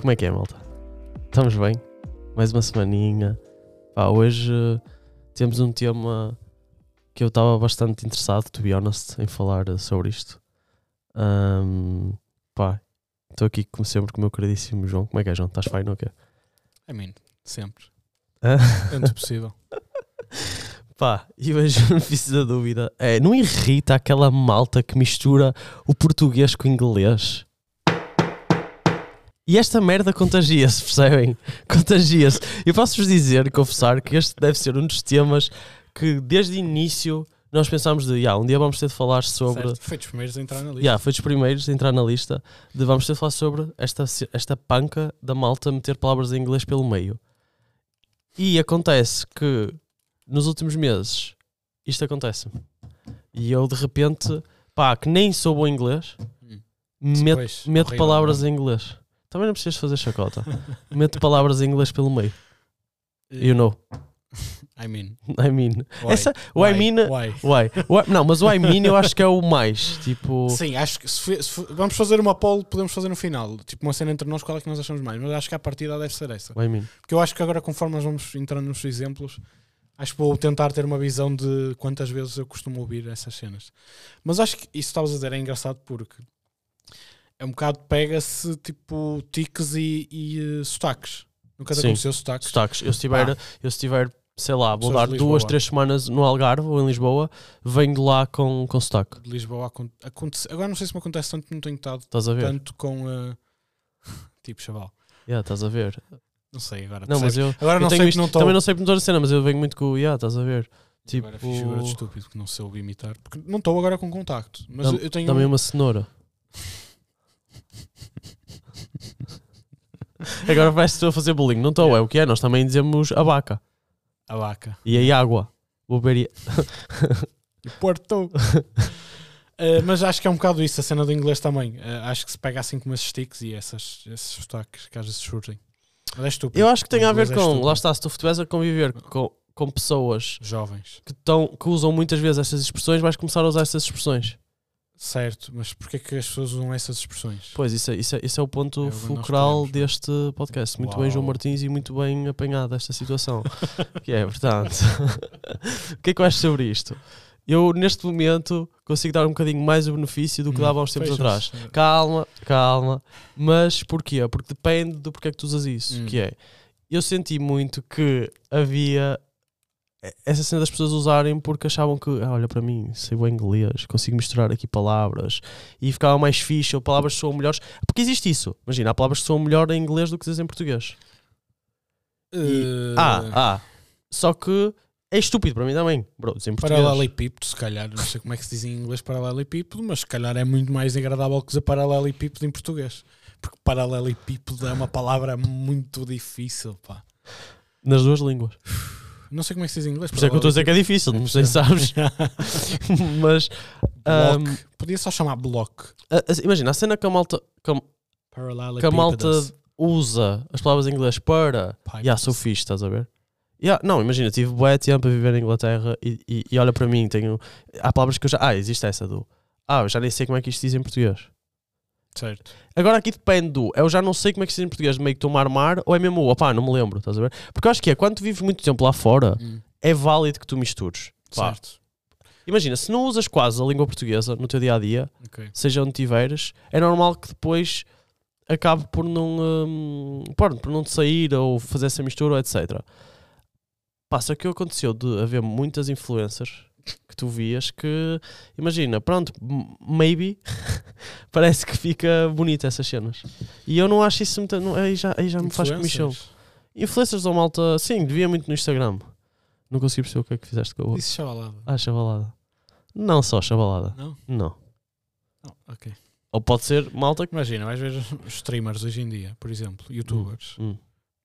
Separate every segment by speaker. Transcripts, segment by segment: Speaker 1: Como é que é, malta? Estamos bem? Mais uma semaninha. Pá, hoje eh, temos um tema que eu estava bastante interessado, to be honest, em falar eh, sobre isto. Ahm, pá, estou aqui, como sempre, com o meu queridíssimo João. Como é que é, João? Estás fine ou quê?
Speaker 2: I mean, sempre.
Speaker 1: Hã?
Speaker 2: Tanto possível.
Speaker 1: Pá, e hoje o benefício da dúvida é, não irrita aquela malta que mistura o português com o inglês? E esta merda contagia-se, percebem? Contagia-se. Eu posso-vos dizer e confessar que este deve ser um dos temas que desde o início nós pensámos de, "Ya, um dia vamos ter de falar sobre...
Speaker 2: Certo? Foi dos primeiros a entrar na lista.
Speaker 1: Yeah, foi dos primeiros a entrar na lista de vamos ter de falar sobre esta, ce- esta panca da malta meter palavras em inglês pelo meio. E acontece que nos últimos meses isto acontece. E eu de repente, pá, que nem sou bom em inglês,
Speaker 2: Hum.
Speaker 1: meto,
Speaker 2: Pois,
Speaker 1: meto
Speaker 2: horrível,
Speaker 1: palavras
Speaker 2: não é?
Speaker 1: em inglês. Também não precisas fazer chacota. meto palavras em inglês pelo meio. You know.
Speaker 2: I mean,
Speaker 1: I mean.
Speaker 2: why?
Speaker 1: Essa, o I mean.
Speaker 2: Why?
Speaker 1: Why? Why- Não, mas o I mean eu acho que é o mais. Tipo.
Speaker 2: Sim, acho que se fe- se fe- vamos fazer uma poll, podemos fazer no final. Tipo, uma cena entre nós, qual é que nós achamos mais? Mas acho que a partida deve ser essa.
Speaker 1: O I mean.
Speaker 2: Porque eu acho que agora, conforme nós vamos entrando nos exemplos, acho que vou tentar ter uma visão de quantas vezes eu costumo ouvir essas cenas. Mas acho que isso que estavas a dizer é engraçado porque é um bocado pega-se tipo tiques e, e, eh, sotaques. Nunca te
Speaker 1: Sim.
Speaker 2: aconteceu sotaques?
Speaker 1: sotaques. Eu se tiver,
Speaker 2: Ah.
Speaker 1: eu se tiver sei lá, vou
Speaker 2: Pessoas
Speaker 1: dar
Speaker 2: de
Speaker 1: duas,
Speaker 2: Lisboa.
Speaker 1: três semanas no Algarve ou em Lisboa, venho de lá com, com sotaque.
Speaker 2: de Lisboa acon- aconte- Agora não sei se me acontece tanto, não tenho estado
Speaker 1: Estás a ver?
Speaker 2: tanto com. eh, tipo, chaval.
Speaker 1: Yeah, estás a ver?
Speaker 2: Não sei agora.
Speaker 1: Não, mas
Speaker 2: percebes?
Speaker 1: eu,
Speaker 2: agora
Speaker 1: eu
Speaker 2: não
Speaker 1: tenho
Speaker 2: sei que
Speaker 1: isto-
Speaker 2: não estou.
Speaker 1: também não sei promover a cena, mas eu venho muito com, yeah, estás a ver? Tipo,
Speaker 2: Agora fiz figura de estúpido que não soube imitar. Porque não estou agora com contacto. Mas
Speaker 1: Dá-
Speaker 2: eu- eu tenho.
Speaker 1: também
Speaker 2: um-
Speaker 1: uma cenoura. Agora parece que estou a fazer bullying. Não estou,
Speaker 2: Yeah.
Speaker 1: é o que é. Nós também dizemos a vaca
Speaker 2: A vaca.
Speaker 1: e a água. Vou beber e-
Speaker 2: E Porto. Eh, mas acho que é um bocado isso, a cena do inglês também. Eh, acho que se pega assim com esses sticks e essas, esses sotaques que às vezes surgem. Mas é estúpido.
Speaker 1: Eu acho que tem a
Speaker 2: Mas
Speaker 1: ver
Speaker 2: és
Speaker 1: com,
Speaker 2: estúpido.
Speaker 1: lá está, se tu estiveres a conviver com, com pessoas
Speaker 2: Jovens.
Speaker 1: que, tão- que usam muitas vezes estas expressões, vais começar a usar estas expressões.
Speaker 2: Certo, mas porquê é que as pessoas usam essas expressões?
Speaker 1: Pois, isso é, isso é, isso é o ponto
Speaker 2: É o que nós
Speaker 1: fulcral
Speaker 2: queremos.
Speaker 1: deste podcast. Muito bem,
Speaker 2: Uau.
Speaker 1: João Martins, e muito bem apanhado esta situação. que é, portanto, o que é que eu acho sobre isto? Eu, neste momento, consigo dar um bocadinho mais o benefício
Speaker 2: Hum,
Speaker 1: do que dava há uns tempos atrás.
Speaker 2: Fecham-se.
Speaker 1: Calma, calma. Mas porquê? Porque depende do porquê que tu usas isso.
Speaker 2: Hum.
Speaker 1: Que é, eu senti muito que havia essa cena das pessoas usarem porque achavam que, ah, olha para mim, sei bem inglês, consigo misturar aqui palavras e ficava mais fixe, ou palavras que soam melhores. Porque existe isso. Imagina, há palavras que soam melhor em inglês do que dizem em português. E-
Speaker 2: Eh,
Speaker 1: Ah, ah. Só que é estúpido para mim também, bro, dizer em português.
Speaker 2: Paralelepípedo, se calhar, não sei como é que se diz em inglês paralelepípedo, mas se calhar é muito mais agradável que dizer paralelepípedo em português. Porque paralelepípedo é uma palavra muito difícil, pá.
Speaker 1: Nas duas línguas.
Speaker 2: Não sei como é que se diz em inglês.
Speaker 1: Por isso é que eu estou a dizer que é difícil, não sei se sabes. Mas
Speaker 2: Block.
Speaker 1: ahm,
Speaker 2: Podia só chamar block.
Speaker 1: a- a- imagina, a cena que a malta, que a- que a malta
Speaker 2: Paralelepípedas.
Speaker 1: usa as palavras em inglês para.
Speaker 2: Pipes.
Speaker 1: Ya, sou fixe, estás a ver? Ya, não, imagina, tive bué tempo a viver na Inglaterra e, e- e olha para mim, tenho. Há palavras que eu já. Ah, existe essa do. Ah, eu já nem sei como é que isto diz em português.
Speaker 2: Certo.
Speaker 1: Agora aqui depende do. Eu já não sei como é que se diz em português, meio que tomar mar, ou é mesmo. Opá, não me lembro, estás a ver? Porque eu acho que é, quando tu vives muito tempo lá fora,
Speaker 2: Hum,
Speaker 1: é válido que tu mistures. Pá,
Speaker 2: certo.
Speaker 1: imagina, se não usas quase a língua portuguesa no teu dia a dia,
Speaker 2: Ok.
Speaker 1: seja onde tiveres, é normal que depois acabe por não, hum, pronto, por não te sair ou fazer essa mistura, etc. Passa que aconteceu de haver muitas influencers que tu vias que, imagina, pronto, m- maybe, parece que fica bonita essas cenas. E eu não acho isso muito. Não, aí, já, aí
Speaker 2: É
Speaker 1: já me faz comichão.
Speaker 2: Influencers.
Speaker 1: Influencers ou malta, sim, devia muito no Instagram. Não consegui perceber o que é que fizeste com a boca.
Speaker 2: Disse chavalada.
Speaker 1: Ah, chavalada. Não só chavalada.
Speaker 2: Não?
Speaker 1: Não.
Speaker 2: Não, Oh, ok.
Speaker 1: Ou pode ser malta que.
Speaker 2: Imagina, vais ver os streamers hoje em dia, por exemplo, youtubers.
Speaker 1: Hum.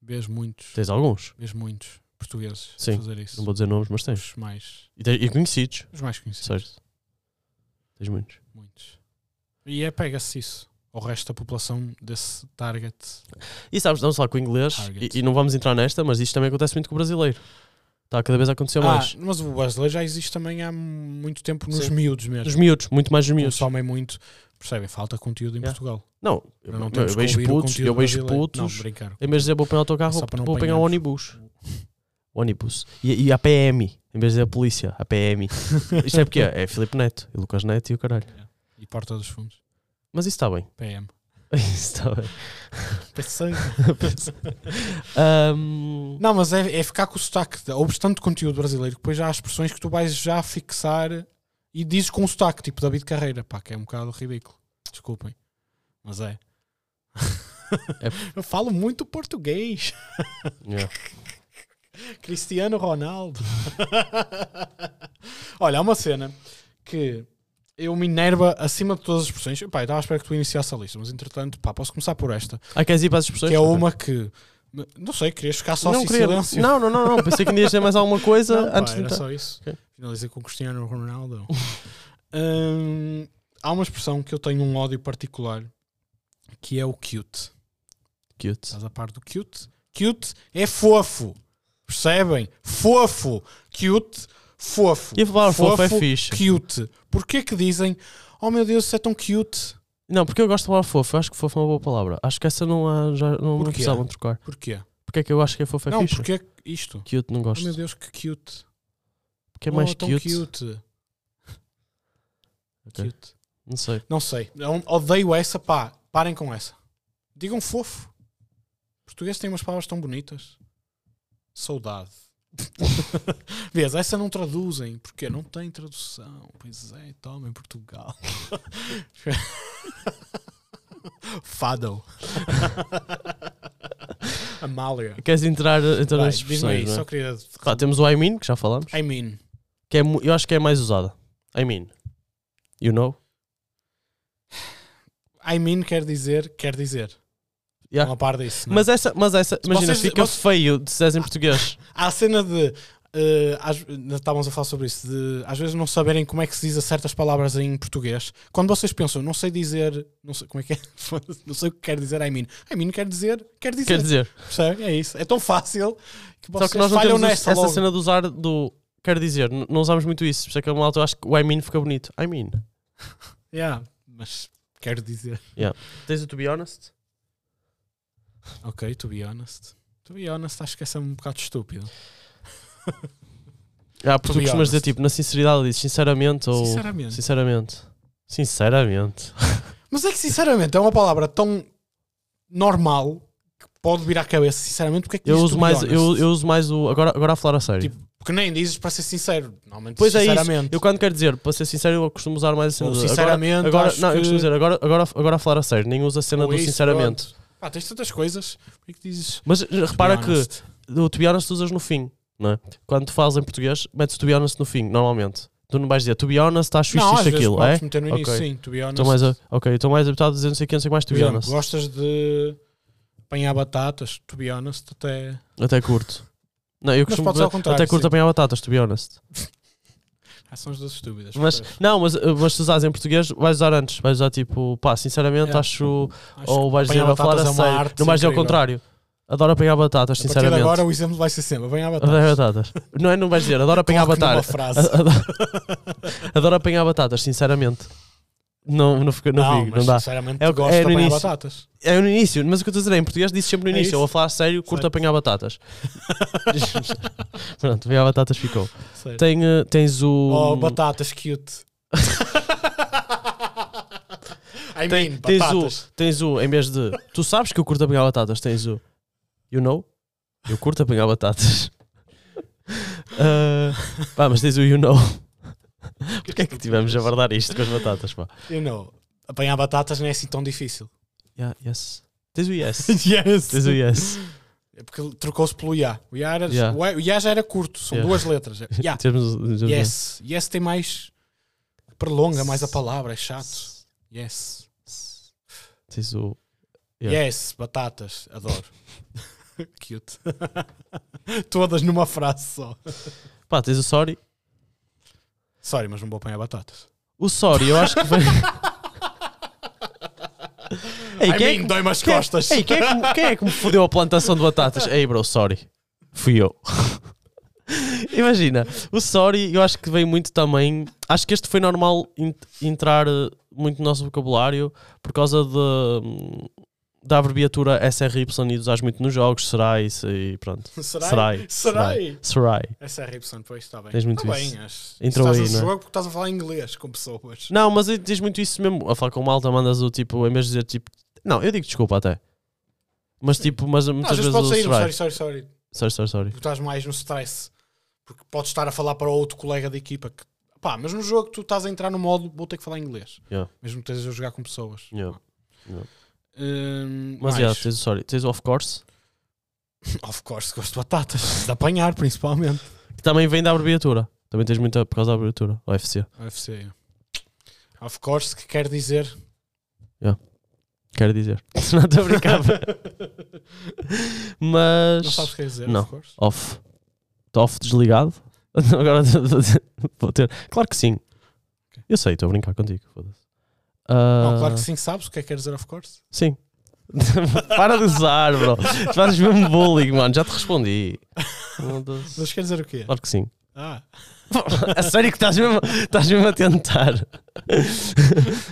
Speaker 2: Vês muitos,
Speaker 1: Tens alguns,
Speaker 2: vês muitos portugueses
Speaker 1: Sim.
Speaker 2: a fazer isso.
Speaker 1: não vou dizer nomes, mas tens.
Speaker 2: Os mais,
Speaker 1: E, te- e conhecidos,
Speaker 2: os mais conhecidos.
Speaker 1: certo? Tens muitos.
Speaker 2: Muitos. E é pega-se isso. Ao resto da população desse target.
Speaker 1: E sabes, vamos falar com o inglês,
Speaker 2: Target.
Speaker 1: e, e não vamos entrar nesta, mas isto também acontece muito com o brasileiro. Está cada vez a acontecer mais.
Speaker 2: Ah, mas o brasileiro já existe também há muito tempo nos
Speaker 1: Sim.
Speaker 2: miúdos mesmo.
Speaker 1: Nos miúdos, muito mais nos miúdos.
Speaker 2: Consomem muito. Percebem? Falta conteúdo em
Speaker 1: Yeah.
Speaker 2: Portugal.
Speaker 1: Não, eu,
Speaker 2: Não, não
Speaker 1: eu
Speaker 2: temos que
Speaker 1: vejo
Speaker 2: ouvir o
Speaker 1: putos,
Speaker 2: conteúdo
Speaker 1: eu vejo
Speaker 2: brasileiro.
Speaker 1: putos.
Speaker 2: Não, brincar.
Speaker 1: Em vez de dizer vou apanhar o autocarro,
Speaker 2: Só
Speaker 1: vou,
Speaker 2: para não
Speaker 1: vou apanhar o ônibus. O ônibus. E, e a PM, em vez de dizer a polícia, a PM. Isto é porque é, é Filipe Neto, e Lucas Neto e o caralho.
Speaker 2: E Porta dos Fundos.
Speaker 1: Mas isso está bem.
Speaker 2: PM.
Speaker 1: Isso está bem.
Speaker 2: Pensei.
Speaker 1: Ahm,
Speaker 2: Não, mas é, é ficar com o sotaque. Ouves tanto conteúdo brasileiro que depois já há expressões que tu vais já fixar e dizes com o sotaque, tipo David Carreira, pá, que é um bocado ridículo. Desculpem. Mas é. Eu falo muito português.
Speaker 1: yeah.
Speaker 2: Cristiano Ronaldo. Olha, há uma cena que eu me enerva acima de todas as expressões. Pá, eu estava à espera que tu iniciasse a lista, mas entretanto, pá, posso começar por esta.
Speaker 1: Ah, queres ir para as expressões?
Speaker 2: Que é uma que. Não sei, querias ficar só
Speaker 1: não,
Speaker 2: assim
Speaker 1: queria-
Speaker 2: silêncio.
Speaker 1: não, não, não, não. Pensei que me ias dizer mais alguma coisa
Speaker 2: Não, pá,
Speaker 1: antes de
Speaker 2: era
Speaker 1: entrar.
Speaker 2: só isso.
Speaker 1: Ok.
Speaker 2: Finalizei com Cristiano Ronaldo. Hum, há uma expressão que eu tenho um ódio particular que é o cute.
Speaker 1: Cute.
Speaker 2: Estás a par do cute? Cute é fofo. Percebem? Fofo. Cute, fofo.
Speaker 1: E falar fofo é fixe.
Speaker 2: Cute. Porquê que dizem, oh meu Deus, isso é tão cute?
Speaker 1: Não, porque eu gosto de falar fofo. Eu acho que fofo é uma boa palavra. Acho que essa não há, já não, não
Speaker 2: Porquê?
Speaker 1: precisavam trocar.
Speaker 2: Porquê?
Speaker 1: Porque é que eu acho que é fofo é
Speaker 2: não,
Speaker 1: fixe?
Speaker 2: porque é isto?
Speaker 1: Cute, não
Speaker 2: Oh
Speaker 1: gosto.
Speaker 2: meu Deus, que cute.
Speaker 1: Porque é mais
Speaker 2: oh, tão
Speaker 1: cute. Tá.
Speaker 2: cute.
Speaker 1: Ok.
Speaker 2: Cute.
Speaker 1: Não sei.
Speaker 2: Não sei. Eu odeio essa, pá. Parem com essa. Digam fofo. Português tem umas palavras tão bonitas. Saudade. Vês, essa não traduzem. Porque não tem tradução. Pois é, toma em Portugal. Fado. Amália.
Speaker 1: Queres entrar, entrar
Speaker 2: Vai,
Speaker 1: nas
Speaker 2: Diz-me aí,
Speaker 1: expressões? Não
Speaker 2: só
Speaker 1: é?
Speaker 2: queria.
Speaker 1: Pá, temos o I mean, que já falámos.
Speaker 2: I mean.
Speaker 1: Que é, mu- eu acho que é a mais usada. I mean. You know?
Speaker 2: I mean quer dizer, quer dizer.
Speaker 1: Yeah.
Speaker 2: Não a par disso. não é?
Speaker 1: Mas essa, mas essa, imagina,
Speaker 2: vocês-
Speaker 1: fica
Speaker 2: vocês-
Speaker 1: feio de se em português.
Speaker 2: Há a cena de. eh, às- estávamos a falar sobre isso, de às vezes não saberem como é que se diz a certas palavras em português. Quando vocês pensam, não sei dizer, não sei como é que é, não sei o que quer dizer I mean. I mean quer dizer, quer dizer.
Speaker 1: Quer dizer,
Speaker 2: Percebem? É isso. É tão fácil que
Speaker 1: só
Speaker 2: vocês
Speaker 1: que nós não
Speaker 2: falham
Speaker 1: temos
Speaker 2: nessa
Speaker 1: essa
Speaker 2: logo.
Speaker 1: cena de usar do. Quer dizer, n- não usamos muito isso. Por isso é que a malta, eu acho que o I mean fica bonito. I mean.
Speaker 2: Yeah, mas quero dizer.
Speaker 1: Tens o to be honest?
Speaker 2: Ok, to be honest. To be honest, acho que essa é um bocado estúpido.
Speaker 1: Ah, porque tu
Speaker 2: To be
Speaker 1: costumas dizer
Speaker 2: honest.
Speaker 1: tipo, na sinceridade, dizes sinceramente ou.
Speaker 2: Sinceramente.
Speaker 1: Sinceramente. Sinceramente.
Speaker 2: Mas é que sinceramente é uma palavra tão normal que pode vir à cabeça, sinceramente, porque é que
Speaker 1: Eu
Speaker 2: diz to
Speaker 1: uso,
Speaker 2: be
Speaker 1: mais, eu,
Speaker 2: honest?
Speaker 1: eu uso mais o. Agora, agora a falar a sério.
Speaker 2: Tipo, Porque nem dizes para ser sincero. Normalmente,
Speaker 1: Pois é isso.
Speaker 2: sinceramente.
Speaker 1: Eu quando quero dizer, para ser sincero, eu costumo usar mais a cena
Speaker 2: Ou
Speaker 1: do- Agora,
Speaker 2: sinceramente,
Speaker 1: agora
Speaker 2: acho
Speaker 1: não, eu
Speaker 2: que-
Speaker 1: costumo dizer, agora, agora, agora a falar a sério, nem uso a cena
Speaker 2: Ou
Speaker 1: do
Speaker 2: isso,
Speaker 1: sinceramente.
Speaker 2: Pá, tens tantas coisas. Por que que dizes?
Speaker 1: Mas eh, repara
Speaker 2: To
Speaker 1: que
Speaker 2: be honest.
Speaker 1: o to be honest usas no fim, não é? Quando tu falas em português, metes to be honest no fim, normalmente. Tu não vais dizer to be honest, acho isto,
Speaker 2: Não, às
Speaker 1: isto,
Speaker 2: vezes
Speaker 1: aquilo, é?
Speaker 2: podes meter no
Speaker 1: Ok.
Speaker 2: início,
Speaker 1: Então,
Speaker 2: sim. To be honest.
Speaker 1: Estou mais, a- ok, estou mais habituado a dizer não sei o que, não sei o que mais, to
Speaker 2: Por
Speaker 1: be
Speaker 2: exemplo,
Speaker 1: honest.
Speaker 2: Gostas de apanhar batatas. To be honest, até.
Speaker 1: Até curto. Não, eu
Speaker 2: Mas
Speaker 1: costumo
Speaker 2: podes ao
Speaker 1: dizer,
Speaker 2: contrário,
Speaker 1: até curto
Speaker 2: sim.
Speaker 1: apanhar batatas, to be honest.
Speaker 2: Ah, são as duas estúpidas.
Speaker 1: Mas,
Speaker 2: percebes?
Speaker 1: não, mas, eh, mas se usares em português, vais usar antes. Vais usar tipo, pá, sinceramente
Speaker 2: Yeah.
Speaker 1: acho.
Speaker 2: Acho
Speaker 1: ou vais
Speaker 2: apanhar
Speaker 1: dizer a falar a
Speaker 2: batatas é uma
Speaker 1: sério.
Speaker 2: arte
Speaker 1: Não vais dizer ao
Speaker 2: incrível.
Speaker 1: contrário. Adoro apanhar batatas,
Speaker 2: que a partir de
Speaker 1: sinceramente.
Speaker 2: agora o exemplo vai ser sempre apanhar batatas.
Speaker 1: Adoro batatas. Não é, não vais dizer, adoro apanhar
Speaker 2: Coloque numa
Speaker 1: batatas.
Speaker 2: frase.
Speaker 1: Adoro, adoro apanhar batatas, sinceramente. Não, não, fica- não,
Speaker 2: Não,
Speaker 1: fico,
Speaker 2: mas
Speaker 1: não dá.
Speaker 2: sinceramente
Speaker 1: É o
Speaker 2: tu
Speaker 1: que-
Speaker 2: gostas
Speaker 1: é
Speaker 2: de
Speaker 1: no
Speaker 2: apanhar
Speaker 1: início.
Speaker 2: batatas.
Speaker 1: É no início, mas o que eu estou a dizer, em português disse sempre no
Speaker 2: É
Speaker 1: início,
Speaker 2: isso.
Speaker 1: eu a falar a sério, curto
Speaker 2: Certo.
Speaker 1: apanhar batatas. Pronto, apanhar batatas ficou.
Speaker 2: Sério.
Speaker 1: Tem, eh, tens o.
Speaker 2: É. Oh, batatas cute. I mean,
Speaker 1: tens
Speaker 2: batatas.
Speaker 1: o. Tens o, em vez de. Tu sabes que eu curto apanhar batatas, tens o. You know? Eu curto apanhar batatas. Ah, pá, mas tens o you know. Porquê é que tivemos a abordar isto com as batatas, pá?
Speaker 2: You know, apanhar batatas não é assim tão difícil.
Speaker 1: Yeah, yes. Tens o yes.
Speaker 2: yes.
Speaker 1: Tens o yes.
Speaker 2: É porque trocou-se pelo ya. O ya, era,
Speaker 1: Yeah.
Speaker 2: o ya já era curto, são
Speaker 1: Yeah.
Speaker 2: duas letras. É Ya.
Speaker 1: Temos, temos o
Speaker 2: Yes. Yes tem mais. Prolonga mais a palavra, é chato. Yes.
Speaker 1: Tens o. Yeah.
Speaker 2: Yes, batatas, adoro. Cute. Todas numa frase só.
Speaker 1: Pá, tens o sorry.
Speaker 2: Sorry, mas não vou apanhar batatas.
Speaker 1: O sorry, eu acho que foi. Ei,
Speaker 2: I
Speaker 1: quem,
Speaker 2: mean,
Speaker 1: é
Speaker 2: dói-me as
Speaker 1: que, quem,
Speaker 2: costas.
Speaker 1: ei, quem, é que, me- quem é que me fodeu a plantação de batatas? Ei, bro, sorry. Fui eu. Imagina, o sorry eu acho que veio muito também. Acho que este foi normal in- entrar eh, muito no nosso vocabulário por causa de, hum, da abreviatura SRY e usás muito nos jogos, será isso e pronto.
Speaker 2: Será?
Speaker 1: Serai.
Speaker 2: Será?
Speaker 1: Serai.
Speaker 2: Essa é Ripson, pois está bem.
Speaker 1: Tens muito
Speaker 2: está
Speaker 1: isso.
Speaker 2: bem, acho.
Speaker 1: Entrou aí,
Speaker 2: estás a
Speaker 1: não é?
Speaker 2: jogo porque estás a falar inglês com pessoas.
Speaker 1: Não, mas eu- diz muito isso mesmo. A falar com malta, mandas o tipo, em vez de dizer tipo. Não, eu digo desculpa até. Mas tipo, mas
Speaker 2: Não,
Speaker 1: muitas
Speaker 2: às vezes
Speaker 1: vezes
Speaker 2: pode
Speaker 1: o
Speaker 2: sair, um
Speaker 1: será.
Speaker 2: sorry, sorry, sorry.
Speaker 1: Sorry, sorry, sorry.
Speaker 2: Porque estás mais no stress. Porque podes estar a falar para outro colega da equipa que. Pá, mas no jogo tu estás a entrar no modo vou ter que falar inglês.
Speaker 1: Yeah.
Speaker 2: Mesmo que estejas a jogar com pessoas.
Speaker 1: Yeah. Yeah.
Speaker 2: Hum,
Speaker 1: Mas
Speaker 2: mais.
Speaker 1: já, tens o sorry. Tens o of course.
Speaker 2: Of course, gosto de batatas. De apanhar, principalmente.
Speaker 1: Que também vem da abreviatura. Também tens muito por causa da abreviatura. OFC.
Speaker 2: UFC. Of course, que quer dizer.
Speaker 1: Quero dizer. Não estou a brincar.
Speaker 2: Não sabes
Speaker 1: mas.
Speaker 2: o que quer dizer,
Speaker 1: Não.
Speaker 2: of course.
Speaker 1: Off. Está off desligado. Agora vou ter. Claro que sim.
Speaker 2: Ok.
Speaker 1: Eu sei, estou a brincar contigo. Foda-se.
Speaker 2: Não,
Speaker 1: Ah,
Speaker 2: claro que sim, sabes o que é que quer dizer, of course.
Speaker 1: Sim. Para de usar, bro. Tu fazes mesmo bullying, mano. Já te respondi.
Speaker 2: Mas quer dizer o quê?
Speaker 1: Claro que sim.
Speaker 2: Ah,
Speaker 1: A sério que estás mesmo, estás mesmo a tentar.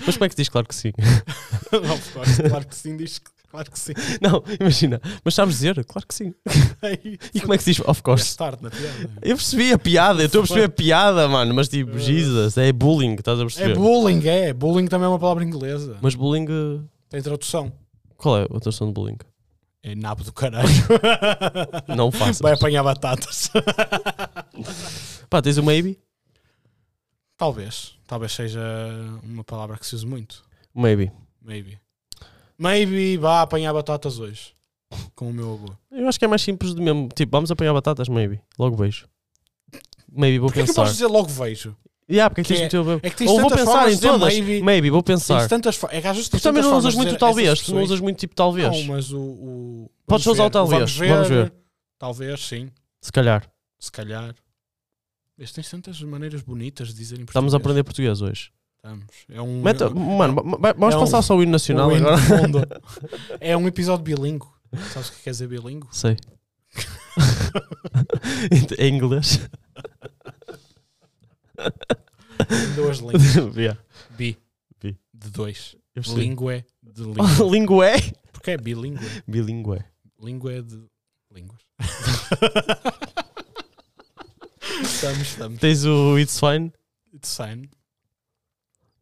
Speaker 1: Mas como é que diz claro que sim?
Speaker 2: of course, claro que sim, diz que- claro que sim.
Speaker 1: Não, imagina. Mas sabes dizer? Claro que sim. E como é que se diz? Of
Speaker 2: É
Speaker 1: course.
Speaker 2: start na piada.
Speaker 1: Eu percebi a piada, eu estou a perceber a piada, mano. Mas tipo, Jesus, é bullying, estás a
Speaker 2: É
Speaker 1: perceber?
Speaker 2: bullying, é. Bullying também é uma palavra inglesa.
Speaker 1: Mas bullying. eh,
Speaker 2: Tem tradução.
Speaker 1: Qual é a tradução de bullying?
Speaker 2: É nabo do caralho.
Speaker 1: Não faças.
Speaker 2: Vai apanhar batatas.
Speaker 1: Pá, tens o maybe?
Speaker 2: Talvez. Talvez seja uma palavra que se use muito.
Speaker 1: Maybe.
Speaker 2: Maybe. Maybe vá apanhar batatas hoje. Com o meu avô.
Speaker 1: Eu acho que é mais simples do mesmo. Tipo, vamos apanhar batatas, maybe. Logo vejo. Maybe, vou
Speaker 2: Porquê que eu
Speaker 1: pensar.
Speaker 2: posso dizer logo vejo?
Speaker 1: Yeah, porque é que tens
Speaker 2: Que é-
Speaker 1: metido a ver?
Speaker 2: É que tens
Speaker 1: Ou vou
Speaker 2: tantas
Speaker 1: pensar
Speaker 2: formas
Speaker 1: em
Speaker 2: de dizer
Speaker 1: todas.
Speaker 2: maybe.
Speaker 1: Maybe, vou pensar.
Speaker 2: Tens tantas formas. É que às vezes
Speaker 1: Mas
Speaker 2: tens
Speaker 1: também
Speaker 2: tantas
Speaker 1: não
Speaker 2: formas
Speaker 1: usas
Speaker 2: de
Speaker 1: muito o
Speaker 2: dizer
Speaker 1: talvez.
Speaker 2: essas
Speaker 1: Tu não
Speaker 2: expressões.
Speaker 1: usas muito tipo talvez.
Speaker 2: Não, mas o. o-
Speaker 1: Podes
Speaker 2: vamos
Speaker 1: usar o
Speaker 2: ver.
Speaker 1: talvez,
Speaker 2: Vamos ver,
Speaker 1: vamos ver.
Speaker 2: Talvez, sim.
Speaker 1: Se calhar.
Speaker 2: Se calhar. Mas tens tantas maneiras bonitas de dizerem
Speaker 1: Estamos a
Speaker 2: português.
Speaker 1: aprender português hoje.
Speaker 2: Estamos. É um.
Speaker 1: Meta-
Speaker 2: é um-
Speaker 1: mano, ma- ma- vamos
Speaker 2: é um-
Speaker 1: passar só o hino nacional
Speaker 2: um hino
Speaker 1: agora.
Speaker 2: de fundo. É um episódio bilingue. Sabes o que quer dizer bilingue?
Speaker 1: Sei. em inglês.
Speaker 2: Em Duas línguas.
Speaker 1: yeah.
Speaker 2: Bi.
Speaker 1: Bi.
Speaker 2: De dois.
Speaker 1: Eu percebi.
Speaker 2: Língua é de língua.
Speaker 1: Lingué?
Speaker 2: Porque é bilingue.
Speaker 1: Bilingué.
Speaker 2: Língua é de línguas. estamos, estamos.
Speaker 1: Tens o It's Fine?
Speaker 2: It's fine.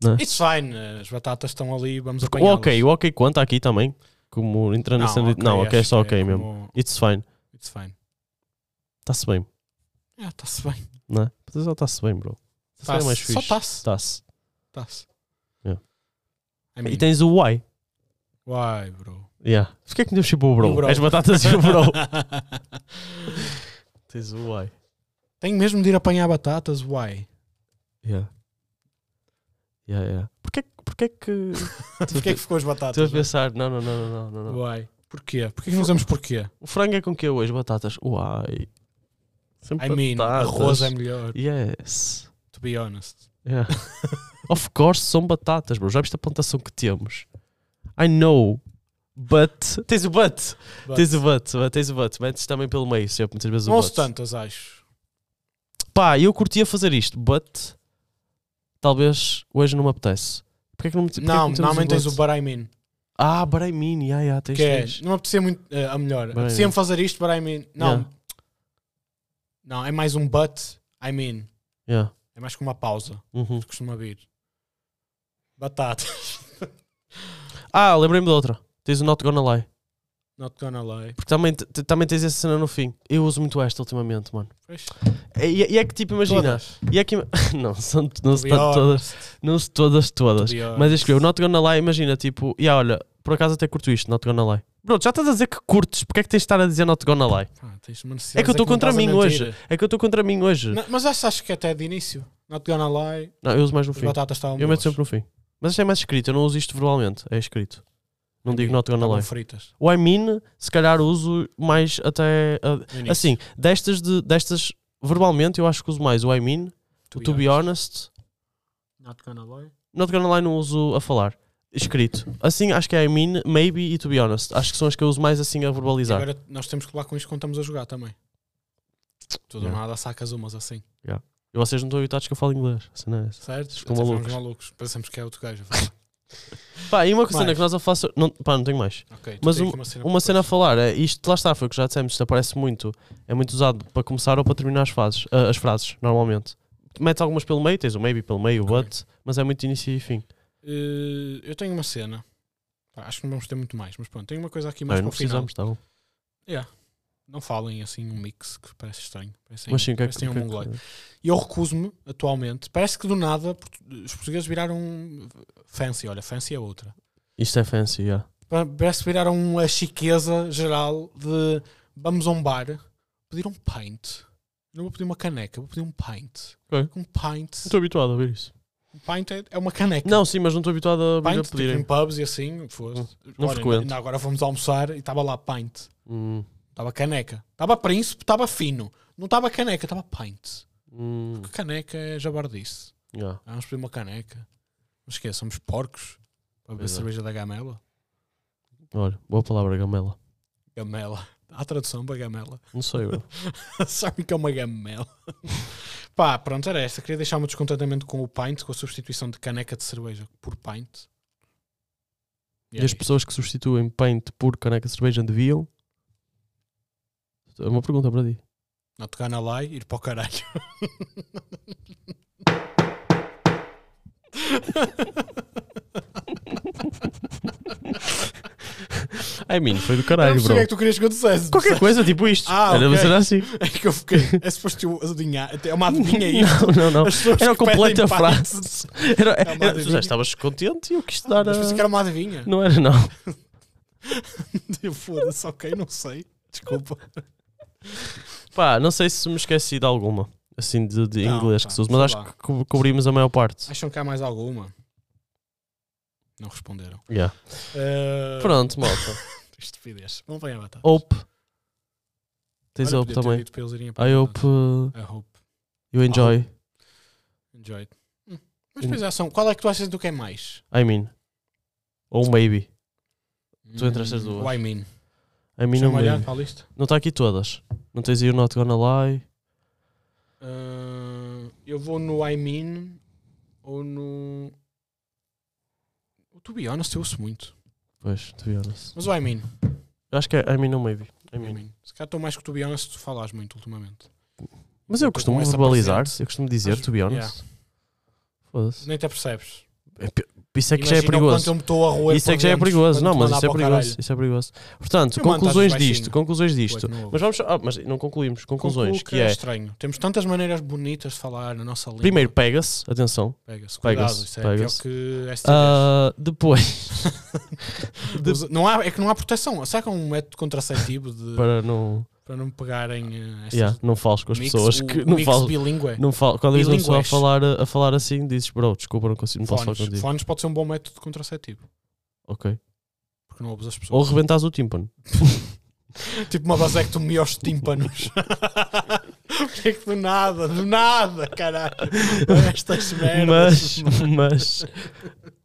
Speaker 1: Não. é?
Speaker 2: It's fine. As batatas estão ali. Vamos
Speaker 1: O
Speaker 2: apanhar.
Speaker 1: OK, o OK conta aqui também. Como entrando na cena de- Não, OK, é só OK mesmo. It's Fine.
Speaker 2: It's fine.
Speaker 1: Está-se bem,
Speaker 2: Ah, está-se bem.
Speaker 1: não é? Mas só está-se bem, bro. Está é
Speaker 2: Tá-se.
Speaker 1: mais
Speaker 2: Só
Speaker 1: fixe.
Speaker 2: está-se.
Speaker 1: Está-se.
Speaker 2: Tá-se.
Speaker 1: Yeah.
Speaker 2: I mean,
Speaker 1: E tens o Why.
Speaker 2: Why, bro?
Speaker 1: Yeah. Porquê é que me deu tipo o bro?
Speaker 2: O bro.
Speaker 1: As batatas e o bro. tens o Why.
Speaker 2: Tenho mesmo de ir apanhar batatas, why?
Speaker 1: Yeah. Yeah, yeah. Porquê, porquê que.
Speaker 2: Porquê é que ficou as
Speaker 1: Estou a
Speaker 2: batatas?
Speaker 1: pensar, não, não, não, não, não, não, não.
Speaker 2: Why? Porquê? Porquê que não usamos porquê?
Speaker 1: O frango é com que hoje? Batatas? Uai. Sempre
Speaker 2: I mean,
Speaker 1: batatas.
Speaker 2: arroz é melhor,
Speaker 1: Yes.
Speaker 2: to be honest.
Speaker 1: Yeah. of course são batatas, bro. Já viste a plantação que temos? I know. But. Tens o but.
Speaker 2: But.
Speaker 1: Tens o but. but- Tens o but. Metes também pelo meio, sempre, muitas vezes
Speaker 2: Não
Speaker 1: o
Speaker 2: ouço
Speaker 1: but.
Speaker 2: tantas, acho.
Speaker 1: Pá, eu curtia fazer isto, but. Talvez hoje não me apetece. Porquê é que não me porquê é que
Speaker 2: não,
Speaker 1: metemos
Speaker 2: normalmente tens o
Speaker 1: but?
Speaker 2: but I mean.
Speaker 1: Ah, but I mean, yeah, yeah, tens,
Speaker 2: Que é,
Speaker 1: tens.
Speaker 2: não me apetecia muito, eh, a melhor.
Speaker 1: But I
Speaker 2: Apetecia-me
Speaker 1: mean.
Speaker 2: fazer isto, but I mean. Não.
Speaker 1: Yeah.
Speaker 2: Não, é mais um but, I mean.
Speaker 1: Yeah.
Speaker 2: É mais que uma pausa,
Speaker 1: Uhum.
Speaker 2: que costuma vir. Batata.
Speaker 1: Ah, lembrei-me de outra. Tens o Not Gonna Lie.
Speaker 2: Not gonna lie.
Speaker 1: Porque também, t- t- também tens essa cena no fim. Eu uso muito esta ultimamente, mano.
Speaker 2: Pois,
Speaker 1: E, e é que tipo, imagina.
Speaker 2: todas.
Speaker 1: E é que. ima- Não, são, não
Speaker 2: To
Speaker 1: se
Speaker 2: be
Speaker 1: tanto todas.
Speaker 2: honest,
Speaker 1: Não se todas,
Speaker 2: to
Speaker 1: todas.
Speaker 2: be honest.
Speaker 1: Mas eu escolhi o Not Gonna Lie, imagina, tipo. E ah, olha, por acaso até curto isto, Not Gonna Lie. Bro, já estás a dizer que curtes, porque é que tens de estar a dizer Not Gonna Lie?
Speaker 2: Pá, Ah, tens
Speaker 1: É que
Speaker 2: uma necessidade
Speaker 1: eu
Speaker 2: de dizer
Speaker 1: estou
Speaker 2: não
Speaker 1: contra
Speaker 2: estás a
Speaker 1: mim
Speaker 2: mentir.
Speaker 1: hoje. É que eu estou contra mim hoje.
Speaker 2: Não, mas acho, acho que até de início. Not gonna lie,
Speaker 1: Não, eu uso mais no
Speaker 2: as
Speaker 1: fim.
Speaker 2: batatas estavam
Speaker 1: Eu meto
Speaker 2: boas.
Speaker 1: sempre no fim. Mas isto é mais escrito, eu não uso isto verbalmente. É escrito. Não digo Not Gonna
Speaker 2: Estavam
Speaker 1: Lie.
Speaker 2: fritas.
Speaker 1: O I mean, se calhar uso mais até. a-
Speaker 2: no início.
Speaker 1: Assim, destas, de, destas verbalmente, eu acho que uso mais o I mean, o to be honest,
Speaker 2: Not gonna lie.
Speaker 1: not gonna lie, não uso a falar. Escrito. Assim, acho que é I mean, maybe e to be honest. Acho que são as que eu uso mais assim a verbalizar.
Speaker 2: Agora nós temos que falar com isto quando estamos a jogar também. Tu do
Speaker 1: Yeah.
Speaker 2: nada sacas umas assim,
Speaker 1: E vocês não estão habituados que eu falo inglês. Assim não é essa.
Speaker 2: certo?
Speaker 1: Ficam
Speaker 2: Até
Speaker 1: malucos.
Speaker 2: ficamos malucos. Pensamos que é outro gajo. a falar.
Speaker 1: Pá, e uma coisa
Speaker 2: Mais.
Speaker 1: que nós a falar. sobre- Não, pá, não tenho mais.
Speaker 2: Ok, tu
Speaker 1: Mas
Speaker 2: tens
Speaker 1: um-
Speaker 2: cena
Speaker 1: Uma
Speaker 2: para
Speaker 1: cena a
Speaker 2: depois.
Speaker 1: falar, é, isto lá está, foi o que já dissemos, isto aparece muito. É muito usado para começar ou para terminar as, fases, ah, as frases, normalmente. Metes algumas pelo meio, tens o maybe pelo meio, o
Speaker 2: Ok.
Speaker 1: but, mas é muito início e fim.
Speaker 2: Eh, eu tenho uma cena. Pá, acho que não vamos ter muito mais, mas pronto, tenho uma coisa aqui
Speaker 1: Bem,
Speaker 2: mais
Speaker 1: não
Speaker 2: para o final.
Speaker 1: precisamos, tá bom.
Speaker 2: Não falem assim um mix que parece estranho. Parece
Speaker 1: Mas sim, o que é que.
Speaker 2: parece um
Speaker 1: o que é
Speaker 2: mongoloide.
Speaker 1: que-
Speaker 2: E eu recuso-me atualmente. Parece que do nada portu- os portugueses viraram fancy. Olha, fancy é outra.
Speaker 1: Isto é fancy, yeah.
Speaker 2: Pa- Parece que viraram a chiqueza geral de vamos a um bar pedir um pint. Não vou pedir uma caneca, vou pedir um pint.
Speaker 1: Ok.
Speaker 2: Um pint.
Speaker 1: Não estou habituado a ouvir isso.
Speaker 2: Um pint é- é uma caneca.
Speaker 1: Não, sim, mas não estou habituado a abrir
Speaker 2: pint,
Speaker 1: a
Speaker 2: tipo,
Speaker 1: pedirem.
Speaker 2: em pubs e assim. foda-se.
Speaker 1: não
Speaker 2: Olha,
Speaker 1: frequento.
Speaker 2: ainda agora fomos almoçar e estava lá pint.
Speaker 1: Hum,
Speaker 2: Estava caneca. Estava príncipe, estava fino. Não estava caneca, estava pint.
Speaker 1: hum,
Speaker 2: Que caneca é jabardice?
Speaker 1: yeah.
Speaker 2: Ah, Vamos pedir uma caneca. Não esqueça, somos porcos. Para beber
Speaker 1: Pois é.
Speaker 2: cerveja da gamela.
Speaker 1: Olha, boa palavra, gamela.
Speaker 2: Gamela. Há tradução para gamela.
Speaker 1: Não sei,
Speaker 2: é
Speaker 1: bro.
Speaker 2: Sabe o que é uma gamela? Pá, pronto, era esta. Queria deixar-me descontentamento com o pint, com a substituição de caneca de cerveja por pint. é
Speaker 1: E as pessoas que substituem paint por caneca de cerveja deviam? É Uma pergunta para ti.
Speaker 2: Não tocar na lei, ir para o caralho.
Speaker 1: I mean, foi do
Speaker 2: Eu
Speaker 1: caralho,
Speaker 2: não sei o
Speaker 1: bro.
Speaker 2: que é que tu querias que eu dissesse.
Speaker 1: Qualquer coisa, tipo isto.
Speaker 2: Ah,
Speaker 1: Era
Speaker 2: ok.
Speaker 1: ser assim.
Speaker 2: É que eu fiquei. É suposto eu adivinhar. É uma adivinha aí.
Speaker 1: Não, não, não.
Speaker 2: As pessoas
Speaker 1: Era
Speaker 2: que
Speaker 1: completa
Speaker 2: pedem
Speaker 1: a frase.
Speaker 2: pints.
Speaker 1: Era,
Speaker 2: É uma
Speaker 1: era- tu
Speaker 2: adivinha.
Speaker 1: já estavas contente e eu quis te dar a...
Speaker 2: Mas pensei que era uma adivinha.
Speaker 1: Não era, não.
Speaker 2: Eu Foda-se, ok, não sei. Desculpa.
Speaker 1: Pá, não sei se me esqueci de alguma. Assim, de, de
Speaker 2: Não,
Speaker 1: inglês
Speaker 2: pá,
Speaker 1: que se usa.
Speaker 2: sei
Speaker 1: Mas acho
Speaker 2: lá.
Speaker 1: que co- cobrimos a maior parte.
Speaker 2: Acham que há mais alguma? Não responderam.
Speaker 1: Yeah.
Speaker 2: Eh,
Speaker 1: Pronto, malta.
Speaker 2: Estupidez. Não venha a batata.
Speaker 1: Hope. Tens
Speaker 2: Olha,
Speaker 1: hope
Speaker 2: podia ter
Speaker 1: também.
Speaker 2: dito para eles irem para
Speaker 1: I
Speaker 2: a
Speaker 1: hope
Speaker 2: batata.
Speaker 1: uh,
Speaker 2: I hope.
Speaker 1: you enjoy.
Speaker 2: Enjoy. it. Hum. Mas pois é, são. Qual é que tu achas do que é mais?
Speaker 1: I mean. Ou maybe. Tu entre
Speaker 2: Hum,
Speaker 1: estas duas.
Speaker 2: o I mean.
Speaker 1: I mean, ou
Speaker 2: Deixa-me olhar
Speaker 1: maybe.
Speaker 2: para a lista.
Speaker 1: Não está aqui todas. Não tens aí o Not Gonna Lie.
Speaker 2: Eh, eu vou no I mean ou no. To be honest, eu ouço muito.
Speaker 1: Pois, to be honest.
Speaker 2: Mas o I mean.
Speaker 1: Eu Acho que é I mean, ou maybe. I
Speaker 2: I
Speaker 1: mean.
Speaker 2: mean. Se calhar estou mais que to be honest, tu falas muito ultimamente.
Speaker 1: Mas eu
Speaker 2: Tô
Speaker 1: costumo
Speaker 2: com essa
Speaker 1: verbalizar,
Speaker 2: Então paciente.
Speaker 1: eu costumo dizer,
Speaker 2: Mas-
Speaker 1: to be honest. Foda-se.
Speaker 2: Nem te apercebes.
Speaker 1: É pi- Isso é que já é
Speaker 2: Imagina o quanto
Speaker 1: perigoso.
Speaker 2: eu me estou a roer
Speaker 1: Isso
Speaker 2: por
Speaker 1: é que já é
Speaker 2: dentro
Speaker 1: perigoso.
Speaker 2: quando
Speaker 1: Não,
Speaker 2: te
Speaker 1: mas
Speaker 2: mandar
Speaker 1: isso é
Speaker 2: para o
Speaker 1: perigoso.
Speaker 2: caralho.
Speaker 1: Isso é perigoso. Portanto,
Speaker 2: Eu mando,
Speaker 1: conclusões
Speaker 2: estás baixinho.
Speaker 1: disto. Conclusões
Speaker 2: Ué, que
Speaker 1: disto.
Speaker 2: não ouves.
Speaker 1: Mas vamos. ah, mas não concluímos. Conclusões.
Speaker 2: Concluo
Speaker 1: Que é.
Speaker 2: estranho. Temos tantas maneiras bonitas de falar na nossa língua.
Speaker 1: Primeiro, pega-se. Atenção.
Speaker 2: pega-se.
Speaker 1: pega-se,
Speaker 2: Cuidado, isso é pior
Speaker 1: pega-se.
Speaker 2: que STDs.
Speaker 1: Ah, depois. de-
Speaker 2: Usa- não há, é que não há proteção. Será que é um método contraceptivo de- para...
Speaker 1: Para não.
Speaker 2: não me pegarem eh, essas
Speaker 1: Yeah, não fales com as
Speaker 2: mix-
Speaker 1: pessoas
Speaker 2: o-
Speaker 1: que.
Speaker 2: o
Speaker 1: Não
Speaker 2: mix
Speaker 1: fales.
Speaker 2: bilíngue.
Speaker 1: Não falo, quando eles começam a
Speaker 2: Bilingues.
Speaker 1: falar, a falar assim, dizes, bro, desculpa, não, consigo, não posso falar
Speaker 2: Fones.
Speaker 1: contigo.
Speaker 2: Fones pode ser um bom método contraceptivo.
Speaker 1: Ok.
Speaker 2: Porque não ouves as
Speaker 1: Ou
Speaker 2: pessoas.
Speaker 1: rebentas o tímpano.
Speaker 2: Tipo uma vasectomia aos tímpanos. Porque é que do nada, do nada, caralho. Estas merdas.
Speaker 1: Mas, mas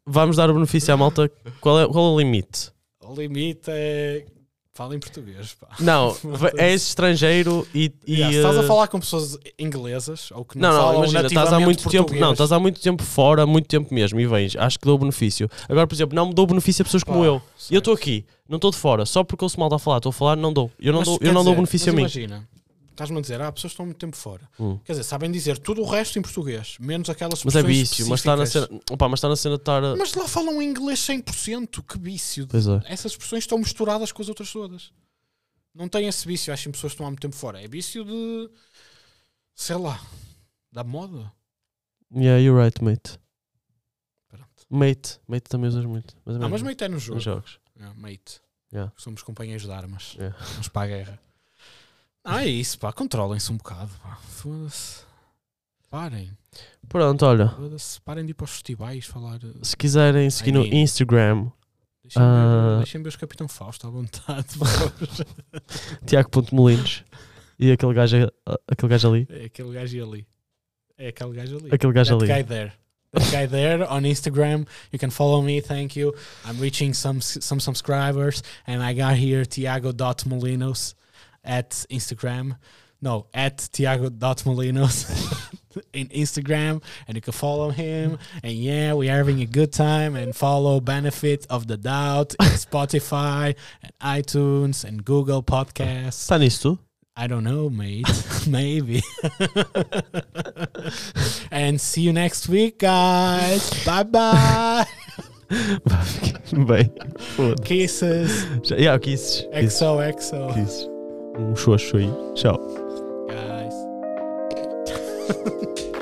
Speaker 1: vamos dar o benefício à malta. Qual é, qual é o limite?
Speaker 2: O limite é. Fala em português, pá.
Speaker 1: Não, és estrangeiro e. e,
Speaker 2: Yeah, se estás a
Speaker 1: eh,
Speaker 2: falar com pessoas inglesas ou que não,
Speaker 1: Não, não,
Speaker 2: falam
Speaker 1: imagina, estás há
Speaker 2: nativamente
Speaker 1: muito tempo,
Speaker 2: português,
Speaker 1: não, estás há muito tempo fora, muito tempo mesmo, e vens, acho que dou benefício. Agora, por exemplo, não me dou benefício a pessoas
Speaker 2: pá,
Speaker 1: como eu.
Speaker 2: certo.
Speaker 1: Eu estou aqui, não estou de fora, só porque ouço mal a falar, estou a falar, não dou. Eu não
Speaker 2: Mas,
Speaker 1: dou,
Speaker 2: quer
Speaker 1: eu não dou
Speaker 2: dizer,
Speaker 1: benefício a
Speaker 2: mas
Speaker 1: mim.
Speaker 2: Imagina, estás-me a dizer, ah, pessoas estão muito tempo fora.
Speaker 1: Hum.
Speaker 2: Quer dizer, sabem dizer tudo o resto em português, menos aquelas
Speaker 1: Mas é
Speaker 2: expressões
Speaker 1: vício, mas está na cena.
Speaker 2: específicas.
Speaker 1: Opa, mas está na cena de estar. a-
Speaker 2: Mas lá falam inglês 100%, que vício.
Speaker 1: Pois é.
Speaker 2: Essas expressões estão misturadas com as outras todas. Não tem esse vício, acho que pessoas que estão há muito tempo fora. É vício de. sei lá. da moda.
Speaker 1: Yeah, you're right, mate.
Speaker 2: Pronto.
Speaker 1: Mate, mate também usas muito. Mas é
Speaker 2: Ah,
Speaker 1: mesmo.
Speaker 2: mas mate é no jogo.
Speaker 1: nos jogos.
Speaker 2: É, mate.
Speaker 1: Yeah.
Speaker 2: Somos companheiros de armas.
Speaker 1: Yeah.
Speaker 2: Vamos para a guerra. Ah, é isso, pá. Controlem-se um bocado, pá. Foda-se. Parem.
Speaker 1: Pronto, olha.
Speaker 2: Foda-se. Parem de ir para os festivais falar. eh,
Speaker 1: Se quiserem seguir no
Speaker 2: I mean.
Speaker 1: Instagram,
Speaker 2: Deixem,
Speaker 1: Ah.
Speaker 2: ver, deixem ver os Capitão Fausto à vontade. por favor.
Speaker 1: Tiago.molinos e aquele gajo, a- aquele gajo ali.
Speaker 2: é aquele gajo ali. É aquele gajo ali.
Speaker 1: Aquele gajo
Speaker 2: That
Speaker 1: ali.
Speaker 2: guy there. That guy there on Instagram. You can follow me. Thank you. I'm reaching some some subscribers, and I got here Tiago Molinos at Instagram. No, at Tiago.molinos in Instagram, and you can follow him. And yeah, we're having a good time. And follow Benefit of the Doubt in Spotify and iTunes and Google Podcasts.
Speaker 1: Está nisso tudo?
Speaker 2: I don't know, mate. Maybe. and see you next week, guys. Bye bye.
Speaker 1: Bem, foda-se.
Speaker 2: Kisses.
Speaker 1: Já- Yeah,
Speaker 2: É
Speaker 1: kisses. Kisses.
Speaker 2: XOXO.
Speaker 1: Kisses. Um xoxo aí. Tchau.
Speaker 2: Guys.